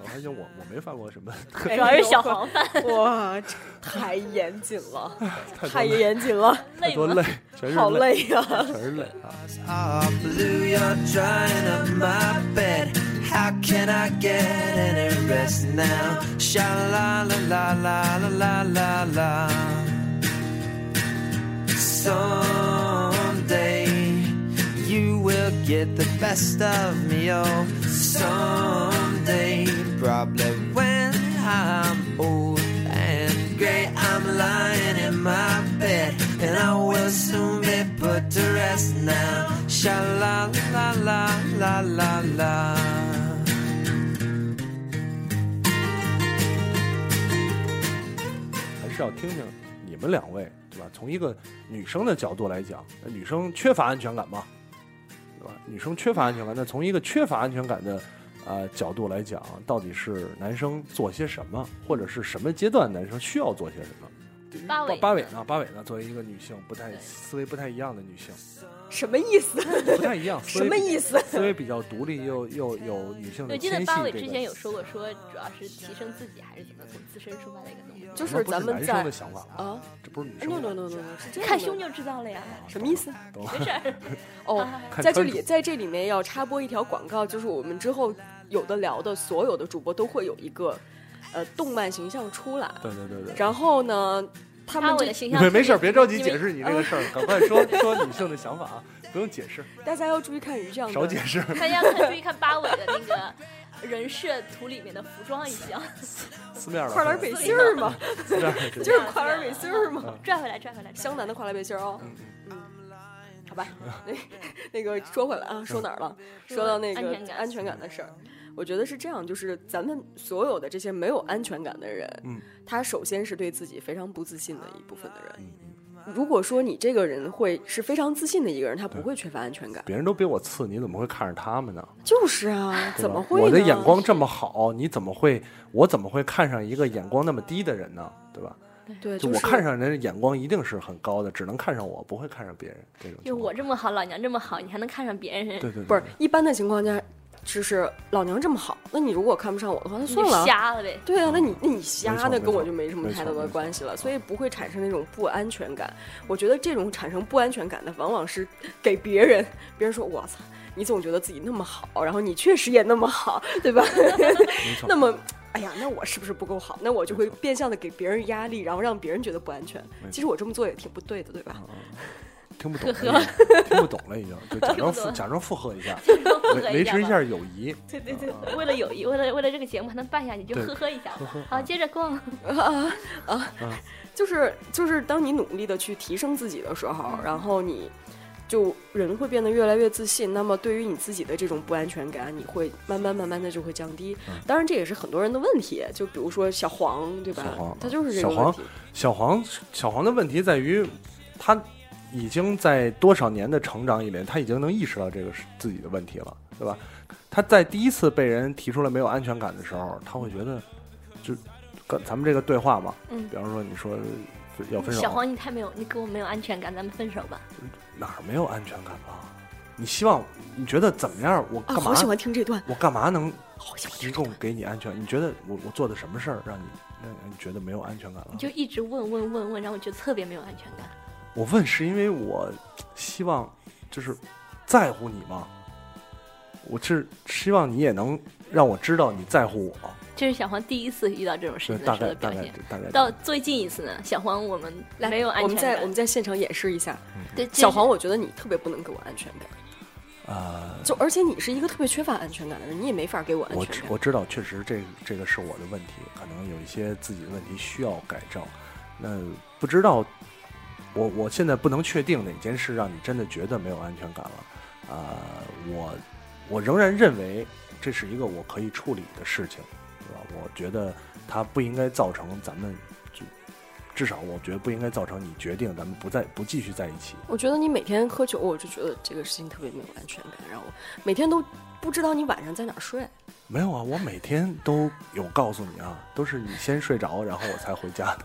我还行，我我没犯过什么
哎
主
呦
要是小黄犯
哇，这太严谨了，
太
太
多
严谨了，
太
累
多
吗？
累，全是
好
累，
累呀、
全是累啊。
Oh, blue, you're drying up my bed. How can I get any rest now? Sha la la la la la la la la. Someday you will get the best of me. Oh, someday, probably when I'm old and gray, I'm lying in my bed, and I will soon be put to rest now. Sha la la la la la la.
还是要听听你们两位，对吧？从一个女生的角度来讲，那女生缺乏安全感嘛，对吧？女生缺乏安全感，那从一个缺乏安全感的呃角度来讲，到底是男生做些什么，或者是什么阶段男生需要做些什么？
八
八
尾
八尾呢？八尾呢？作为一个女性，不太思维不太一样的 女性，
什么意思？
不太一样，思
什
维
么意思？
思维比较独立，又又有女性
我
的
记
纤
得
细。
八
这
尾
个
之前有说过，说主要是提升自己还是怎么从自身出发的一个东西。
就
可能
是
不是
咱们
男生
在
的想法
呃
吧，
啊
这不是女生
，no
的
no no no no，是这样的
看胸就知道了呀，啊
什么意思？
懂了
没事儿。
哦，
看
在这
穿
里，
着
在这里面要插播一条广告，就是我们之后有的聊的所有的主播都会有一个，呃，动漫形象出来。
对对对对。
然后呢，他
八
们
尾
这
的形象
没
特别，
没事儿，别着急
因为
解。释你这个事儿，赶快说说女性的想法啊，不用解释，
大家要注意看于酱
少解
的，
释。
大家 看注意看八尾的那个人设图里面的服装一样，
四面儿 的，
跨栏
四面
背心儿嘛，
四面儿的，
就是跨栏背心儿
嗯
嘛，
拽回来，拽回来，拽回来
湘南的跨栏背心儿哦。嗯，好吧，那那个说回来啊，说哪儿
嗯
了？说到那
安
个
全感
安全感的事儿，我觉得是这样，就是咱们所有的这些没有安全感的人，
嗯
他首先是对自己非常不自信的一部分的人。如果说你这个人会是非常自信的一个人，他不会缺乏安全感。
别人都比我次，你怎么会看着他们呢？
就是啊，
对
怎
吧
么会呢？
我的眼光这么好，你怎么会我怎么会看上一个眼光那么低的人呢？对吧？
对，
就
就是
我看上人的眼光一定是很高的，只能看上我，不会看上别人这种
就
情
我
况。
这么好，老娘这么好，你还能看上别人？
对对，对
不是一般的情况下，就是老娘这么好，那你如果看不上我的话，那
你
算了
就
啊。
瞎了呗。
对啊，那你那你瞎
嗯没错
那
没
跟我
错
就没什么
没
太
错
多的
没错嗯
关系了，所以不会产生那种不安全感。我觉得这种产生不安全感的，往往是给别人，别人说我操，你总觉得自己那么好，然后你确实也那么好，对吧？那么。哎呀，那我是不是不够好？那我就会变相的给别人压力，然后让别人觉得不安全。
错
其实我这么做也挺不对的，对吧？
听不懂了已经，听不懂了已经，就假
听不懂
装附
了
假装附和一下，
呵呵一
维维
下
持一
吧。
下友谊。
对对对，为了友谊，为了为了这个节目还能办下去，就
对
呵呵一下吧。
呵
好，接着逛。
就是就是，当你努力的去提升自己的时候，
嗯
然后你就人会变得越来越自信。那么对于你自己的这种不安全感，你会慢慢慢慢的就会降低。
嗯
当然，这也是很多人的问题。就比如说小黄，对吧？
小黄
他就是这
小
个
黄
问题。
小黄，小黄的问题在于，他已经在多少年的成长里面，他已经能意识到这个是自己的问题了，对吧？他在第一次被人提出来没有安全感的时候，他会觉得，就跟咱们这个对话嘛，
嗯
比方说你说要哦分手，哦
小黄，你太没有，你给我没有安全感，咱们分手吧。
哪儿没有安全感了？你希望你觉得怎么样？我
啊，
干嘛？
好喜欢听这段，
我干嘛能
好喜欢听
提供给你安全？你觉得我我做的什么事儿让你让你觉得没有安全感了
你？就一直问问问问，让我觉得特别没有安全感。
我问是因为我希望就是在乎你嘛，我是希望你也能让我知道你在乎我，
这是小黄第一次遇到这种事情
就是
的
大
时候
概
的
大
表
概
现。
大概
到最近一次呢，小黄我们
来
没有安
我
全
们
感。
在我们在现场演示一下。
对
嗯
这
小
是
黄，我觉得你特别不能给我安全感。
啊、
就而且你是一个特别缺乏安全感的人，你也没法给我安
我
全
知
感。
我知道，确实这这个是我的问题，可能有一些自己的问题需要改正。那不知道，我我现在不能确定哪件事让你真的觉得没有安全感了。啊、我我仍然认为这是一个我可以处理的事情，对吧？我觉得它不应该造成咱们就至少我觉得不应该造成你决定咱们不再不继续在一起。
我觉得你每天喝酒，我就觉得这个事情特别没有安全感，让我每天都不知道你晚上在哪儿睡。
没有啊，我每天都有告诉你啊，都是你先睡着，然后我才回家的。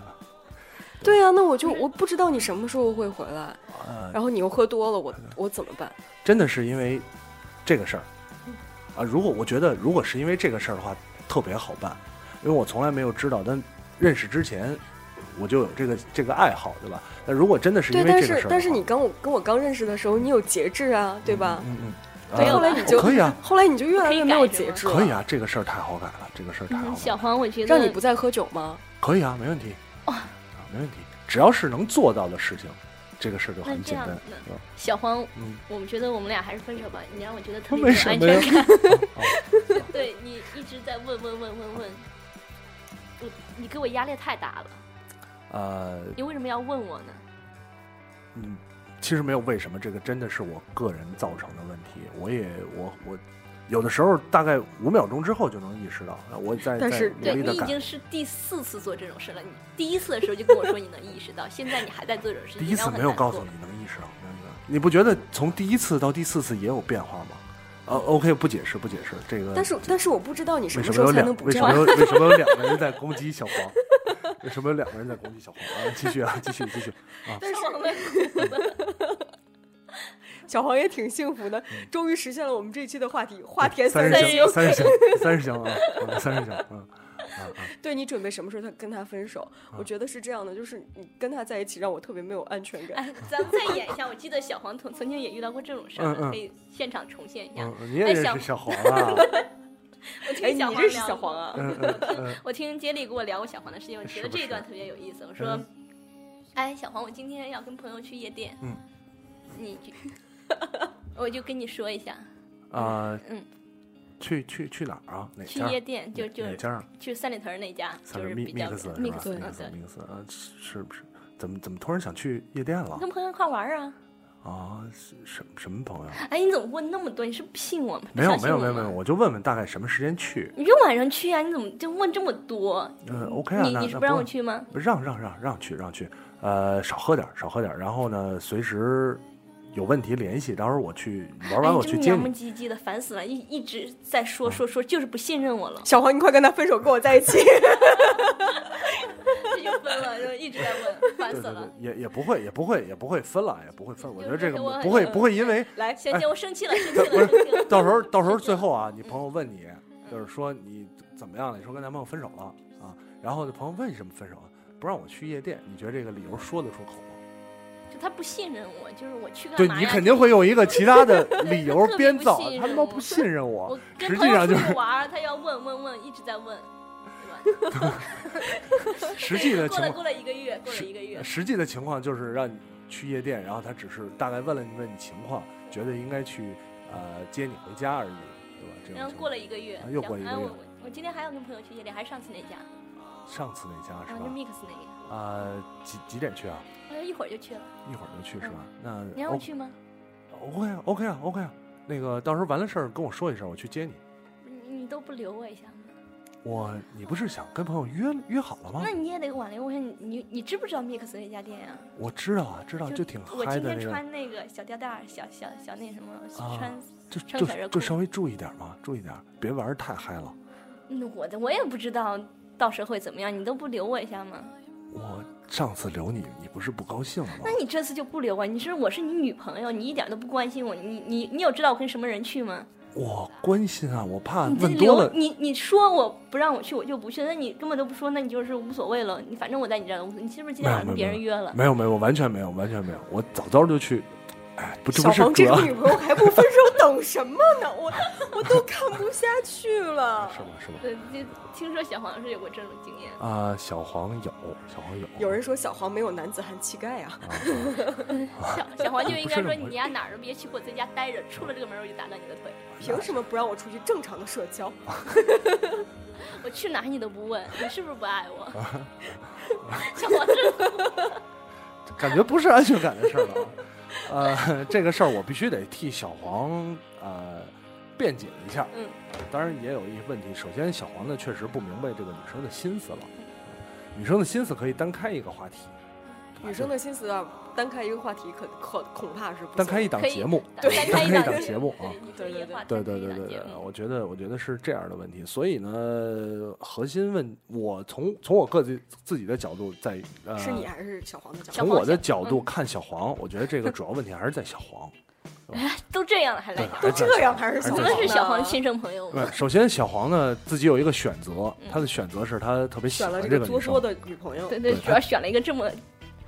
对呀、那我就我不知道你什么时候会回来，
呃，
然后你又喝多了，我我怎么办？
真的是因为这个事儿啊。如果我觉得，如果是因为这个事儿的话，特别好办，因为我从来没有知道，但认识之前我就有这个这个爱好，对吧？那如果真的是因
对，但
为这个事儿的啊
是
话，
但是你跟我跟我刚认识的时候，你有节制啊，对吧？
嗯嗯，
对，
啊
后来你就
可以啊，
后来你就越来越没有节制了。
可以，啊，这个事儿太好改了，这个事儿太好改
嗯
了，
小黄，我觉得
让你不再喝酒吗？
可以啊，没问题啊，没问题，只要是能做到的事情，这个事儿就
那
很
这
简
样
单
呢，
是吧
小黄，
嗯。
我们觉得我们俩还是分手吧。你让我觉得特别
没
有
什
安
么呀
全 感。
啊
对你一直在问问问问问，我你给我压力太大了。
呃，
你为什么要问我呢？
嗯，其实没有为什么，这个真的是我个人造成的问题。我也我我有的时候大概五秒钟之后就能意识到，呃我在
但是
在
对
努力
你
的
已
改。
经是第四次做这种事了。你第一次的时候就跟我说你能意识到，现在你还在做这种事情，
第一次没有告诉你能意识到，没有意识到你不觉得从第一次到第四次也有变化吗？呃，OK，不解释，不解释这个。
但是但是我不知道你什
为
么
什
时
么有
候才
两
能不
为
这
什 么
样。
有为什么有两个人在攻击小黄？为什么有两个人在攻击小黄啊？继续啊，继续继续啊！
让我很难过。
小黄也挺幸福的，终于实现了我们这一期的话题花田
嗯三
人
人
行
行，。三人行，三人行啊，嗯三人行 啊啊啊！
对你准备什么时候他跟他分手？我觉得是这样的，就是你跟他在一起让我特别没有安全感。
哎，咱们再演一下。我记得小黄曾曾经也遇到过这种事儿，
嗯嗯
可以现场重现一下。
嗯，你也
哎
认
小
识小黄啊？
我听
哎，你
小黄
认识
聊
小黄啊？，
嗯嗯嗯
我听杰里给我聊过小黄的事情，我觉
哎是
得
不
这一
是
段特别有意思。我说
嗯，
哎，小黄，我今天要跟朋友去夜店，
嗯，
你去，我就跟你说一下，
啊，
嗯，
去去去哪儿啊？哪
去
家儿？
夜店就就
哪家儿？
去三里屯那家，
三
就是
十
比较
mix 是吧
mix，
mix
嗯对，
mix 啊，是不是？怎么怎么突然想去夜店了
跟朋友一块玩儿啊。
啊？是什什么朋友？
哎，你怎么问那么多？你是不信我吗？不
没有
相信
没有
我
没有没
吗
有，。我就问问大概什么时间去。
你就晚上去啊？你怎么就问这么多？
嗯，OK 啊，
你
那
你是
那
不让
不
我去吗？
让让让让去让去，呃，少喝点儿，少喝点儿，然后呢，随时有问题联系，到时候我去玩
哎
完我
这
去接
娘们
你。嗯
唧唧的，烦死了！一一直在说说说，就是不信任我了
小黄，你快跟他分手，跟我在一起。
这就分了，就一直在问，烦
对
死
对对
了。，
也也不会，也不会，也不会分了，也不会分。我觉得这
就
个
是我
不会，不会因为
来，
行行，我生 气了，生气
不
了，生气
是
了。
哎到时候到时候最后啊，你朋友问
嗯
你，就是说你怎么样了？你说跟男朋友分手了啊？然后朋友问你什么分手啊？不让我去夜店，你觉得这个理由说得出口吗？
就他不信任我，就是我去干
对
嘛
你
呀
肯定会用一个其 他的理由
特别
编
不
造
信，
他他
任
妈
我
不信任我
我，跟
实际
朋友
上
出
就
去
是
玩儿，他要问问问，一直在问，对吧？
实际的情
过了过
况。
了一个月，过了一个月
实，实际的情况就是让你去夜店，然后他只是大概问了你问你情况，觉得应该去呃接你回家而已，对吧？这种
然后
情
过
况
了一个月
啊，又过
然
一
后
个
哎
月
我我我今天还要跟朋友去夜店，还是上次那家，啊
上次那家是
然后就
吧？
mix 那个，
呃，几几点去啊？
我一会儿就去了。
一会儿就去是吧？那哦
你让嗯我
O
去吗？
OK 啊 OK 啊 OK 啊，那个到时候完了事儿跟我说一声，我去接你。
你你都不留我一下吗？
我你不是想跟朋友约约好了吗
那？你也得挽留我一下。你你你知不知道 mix 那家店呀、
我知道啊，知道就挺
我
嗨
今
的
天
那个，
穿那个小吊带儿，小小小那什么，
啊
穿
就
穿小热
就
裤
就稍微注意点嘛，注意点，别玩儿太嗨了。
嗯，我的我也不知道到时候会怎么样，你都不留我一下吗？
我上次留你，你不是不高兴了吗
那？你这次就不留我？你是我是你女朋友，你一点都不关心我，你你你有知道我跟什么人去吗？
我关心啊，我怕
你这
问多
留
了。
你你说我不让我去，我就不去，那你根本都不说，那你就是无所谓了。你反正我在你这儿，无所你是不是今
没
天晚上
有没有
跟别人约了？
没有没有，完全没有，完全没有。我早早就去，哎， 不，这
小
不是
黄
主
这
要
种
是
女朋友还不分手，等什么呢？我我都看不下去了。
吧是吧？
对，就听说小黄是有过这种经验。
啊、小黄有，小黄有。
有人说小黄没有男子汉气概啊，
啊啊
小黄就应该说
不是我
你家哪儿都别去，给我在家待着，出了这个门我就打断你的腿，
凭什么不让我出去正常的社交？
啊
我去哪儿你都不问，你是不是不爱我？小黄这
感觉不是安全感的事儿了啊。 呃，这个事儿我必须得替小黄呃辩解一下。
嗯，
当然也有一问题，首先小黄呢确实不明白这个女生的心思了。女生的心思可以单开一个话题，
女生的心思啊，单开一个话题可可恐怕是不
单开一
行
档
可以
节目，
对
单开一
单开一
档
档
节目 啊。
对你可以话
对
题可以
对对
打
对
结
对，
嗯
我觉得我觉得是这样的问题，所以呢，核心问我从从我个自己自己的角度在呃，
是你还是小黄的角
小
从
度？
黄
我的
小
角度看小黄，我觉得这个主要问题还是在小黄，
都这样了还来
对，
找
还是在
这
小
样
黄
还是
还
小
我
在
黄
们
呢
是小黄亲生
哦
朋友吗？
对，首先小黄呢自己有一个选择，他的选择是他特别喜
嗯选了
欢
这
啊这
个
个
作
女
作
生，
的女朋友，
对对，
对
主要选了一个这么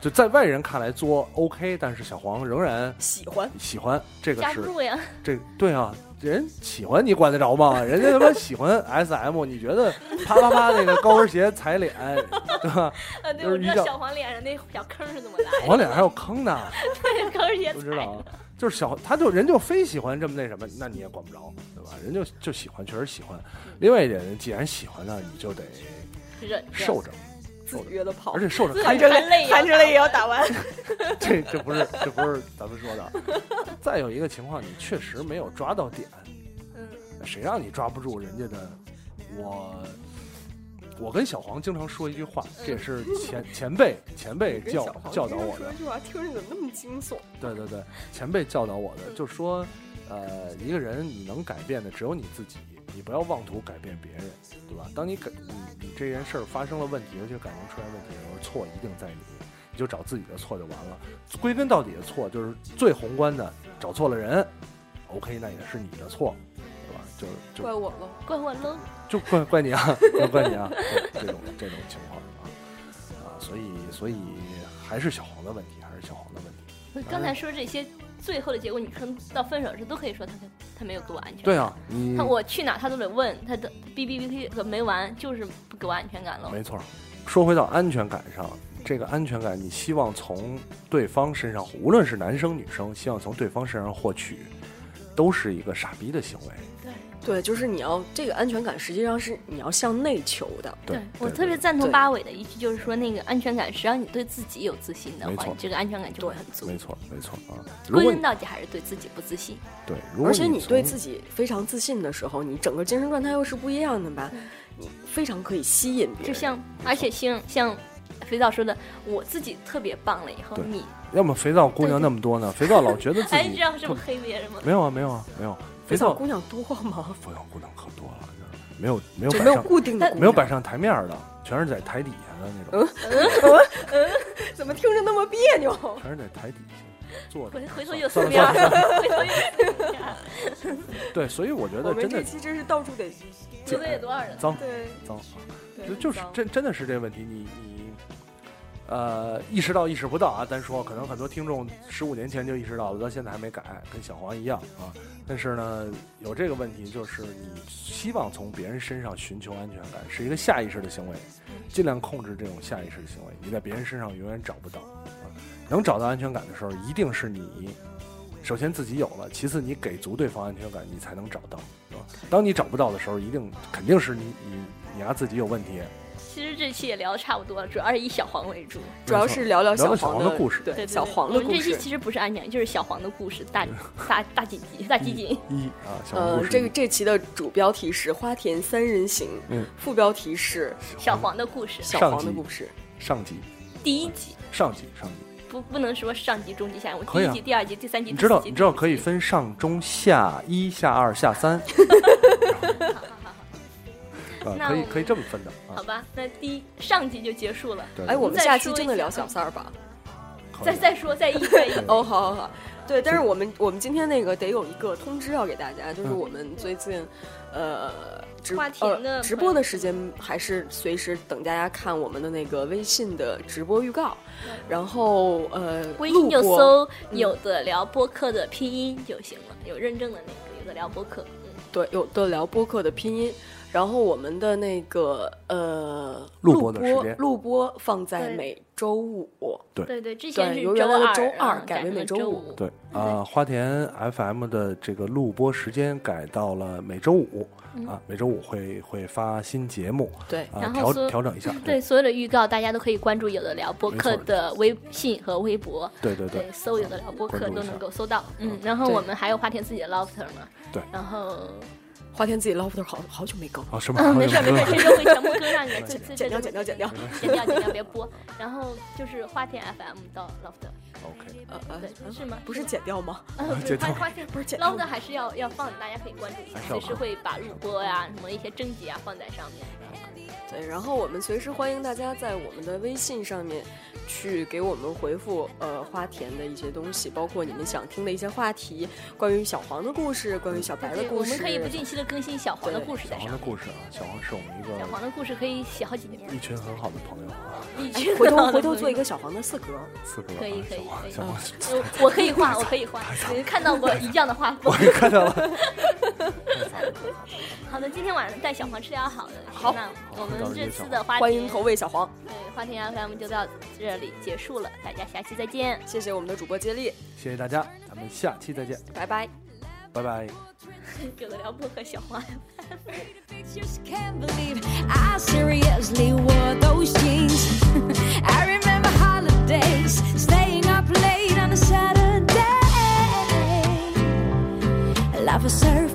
就在外人看来作 OK，但是小黄仍然
喜欢
喜欢这个
加
是
入呀，
这对啊，人喜欢你管得着 吗？人家他妈喜欢 SM，你觉得啪啪啪那个高跟鞋踩 脸，对吧？
啊，对，
就是
我知
一
道
叫
小黄脸上那小坑是怎么来
我脸还有坑呢，
的，高跟鞋
不
踩
知道啊
的。。
就是小，他就人就非喜欢这么那什么，那你也管不着，对吧？人就就喜欢，确实喜欢。
嗯
另外一点，既然喜欢呢，你就得
忍着
受着，
自己约的炮
哦而，且受着
含
开
着
着，
泪，
含着泪也要打完。
这这不是这不是咱们说的啊。再有一个情况，你确实没有抓到点，
嗯，
谁让你抓不住人家的？我我跟小黄经常说一句话，这也是前前辈前辈
跟
教
小黄
教导我
说
的
一，句话，听着怎么那么惊悚？
对对对，前辈教导我的，就是说，呃，一个人你能改变的只有你自己，你不要妄图改变别人，对吧？当你改你你这件事儿发生了问题，尤其是感情出现问题的时候，错一定在你，你就找自己的错就完了。归根到底的错就是最宏观的，找错了人，OK，那也是你的错，对吧？就就
怪我了，
怪我 low。
就怪怪你啊，就怪你啊， 这这种这种情况啊啊，所以所以还是小黄的问题，还是小黄的问题。
刚才说这些最后的结果，你可能到分手时都可以说他跟他没有给我安全感。
对啊，你
他我去哪儿他都得问，他的哔哔哔哔没完，就是不给我安全感
啊
了。
没错儿。说回到安全感上，这个安全感你希望从对方身上，无论是男生女生，希望从对方身上获取，都是一个傻逼的行为。
对，就是你要这个安全感，实际上是你要向内求的。
对
我
对
特别
对
赞同
对
八尾的一句，就是说那个安全感，只要你对自己有自信的
没
话，
错
你这个安全感就会
对
很足
没。错没错啊。如
归
果
根
你
到底还是对自己不自信。
对，如果
而且你对
从
自己非常自信的时候，你整个精神状态又是不一样的吧？你非常可以吸引别人。
就像，而且像像肥皂说的，我自己特别棒了以后，
对
你
要么肥皂姑娘那么多呢？肥皂老觉得 自
哎，这
己
样这
特
么黑别人吗？
没有啊，没有啊，没有肥
肥
皂
皂姑娘多吗？
肥皂姑娘可多了，就是没有没有
就
摆
没有
上
固定的姑娘，嗯
没有摆上台面儿的，全是在台底下的那种，
怎么听着那么别扭？
全是在台底下坐着
回。回头又撕
算了
逼了，
算了，算了
回头又撕逼了，
对，所以我觉
我
得
们
真
这
的
期真是到处得
得罪了多少人？
脏
对
脏啊，
对
就就是
脏
真真的是这问题，你你呃意识到意识不到啊？单说可能很多听众十五年前就意识到了，到现在还没改，跟小黄一样啊。但是呢，有这个问题就是你希望从别人身上寻求安全感，是一个下意识的行为，尽量控制这种下意识的行为。你在别人身上永远找不到啊，能找到安全感的时候，一定是你。首先自己有了，其次你给足对方安全感，你才能找到，是吧？当你找不到的时候，一定肯定是你你你丫自己有问题，
其实这期也聊的差不多了，主要是以小黄为主。
主要是聊聊
聊聊小
黄
黄的故事
对对
对
对
小黄的
我
故
们这期
事。
其实不是安全，就是小黄的故事，大大大姐姐，大姐 姐。
一啊，小
呃
故，事
这个这期的主标题是《花田三人行》，
嗯
副标题是
小黄的故事
小
上
黄的
集
故事。
上集
第一集
上集上集，
不不能说上集、中集、下集，我
可以
第
啊
一集、第二集、第三集，
你知道
第四集
你知道可以。分上中下一下二下 三， 啊，
那
可以
我们
可以这么分的
第四集好
啊。
吧，那第一上集就结束了，
对
哎，我们
再
下期
说一
真的
下
聊小三儿吧？
可以
再再说再一再一。
哦，好好好，对，但是我们我们今天那个得有一个通知要给大家，就是
嗯
我们最近，呃，直
花田的
呃直
朋友
播的时间还是随时等大家看我们的那个微信的直播预告，然后呃，
嗯微信就
路过
搜“有的聊播客”的拼音就行了，有认证的那个“有的聊播客”。嗯，
对，有的聊播客的拼音，然后我们的那个呃
录播的时间
录播放在
对
每周五，
嗯对对，之前
对
是
由原来的
周
周二
嗯
改为
成
每
了
周
周
五
对啊，花田 FM 的这个录播时间改到了每周五啊，每周五会会发新节目
对，
啊，
嗯然后
调
说
调整一下，
对所有的预告，大家都可以关注“有的聊播客
没”错
的微信和微博。
对对
对
对，，
搜“有的聊播客”
关注
都
一下
能够搜到。嗯，然后
对
我们还有花田自己的 Lofter 嘛。
对
然后
花田自己 lofter 好好久没更了，
啊，是吗？
嗯，没 事没 事，这周会全部跟上你的。这这
剪掉
这
剪掉剪掉
剪掉剪掉，别播。然后就是花田 FM 到 Lofter，
，OK，
呃呃，
对，是吗？
不是剪掉吗？
呃，不是
啊剪掉
花花田
不是剪掉
Love 的还是要要放，大家可以关注一下
还，是要
随时会把录播呀、什么一些征集啊放在上面。
对，然后我们随时欢迎大家在我们的微信上面去给我们回复，呃，花田的一些东西，包括你们想听的一些话题，关于小黄的故事，关于小白的
对，
故
我
事，
们可以不定期的更新小黄的
对
故事
小
在
黄
上
的
面。
故事啊，小黄是我们一
小黄
个
的故事可以写好几年，
一群很好的朋友啊，
一 直
哎回头
到
回头
了
做一个小黄的四格，
四个
可以
啊
可以可以
小黄，小黄，
我我可以画，我可以画，你看到过一样的画风
我。也看到了。
好的，今天晚上带小黄吃点好的。
好
那我们这次的花
欢迎
田
投喂小黄。
对嗯花田 FM 就到这里结束了，大家下期再 见。
谢谢我们的主播接力，
谢谢大家，咱们下期再见，
拜拜。
拜拜。
有的聊不和小黄。
Pictures can't believe I seriously wore those jeans. I remember holidays, staying up late on a Saturday. Love a surf Oh, Oh, Oh, Oh, Oh, Mm-hmm.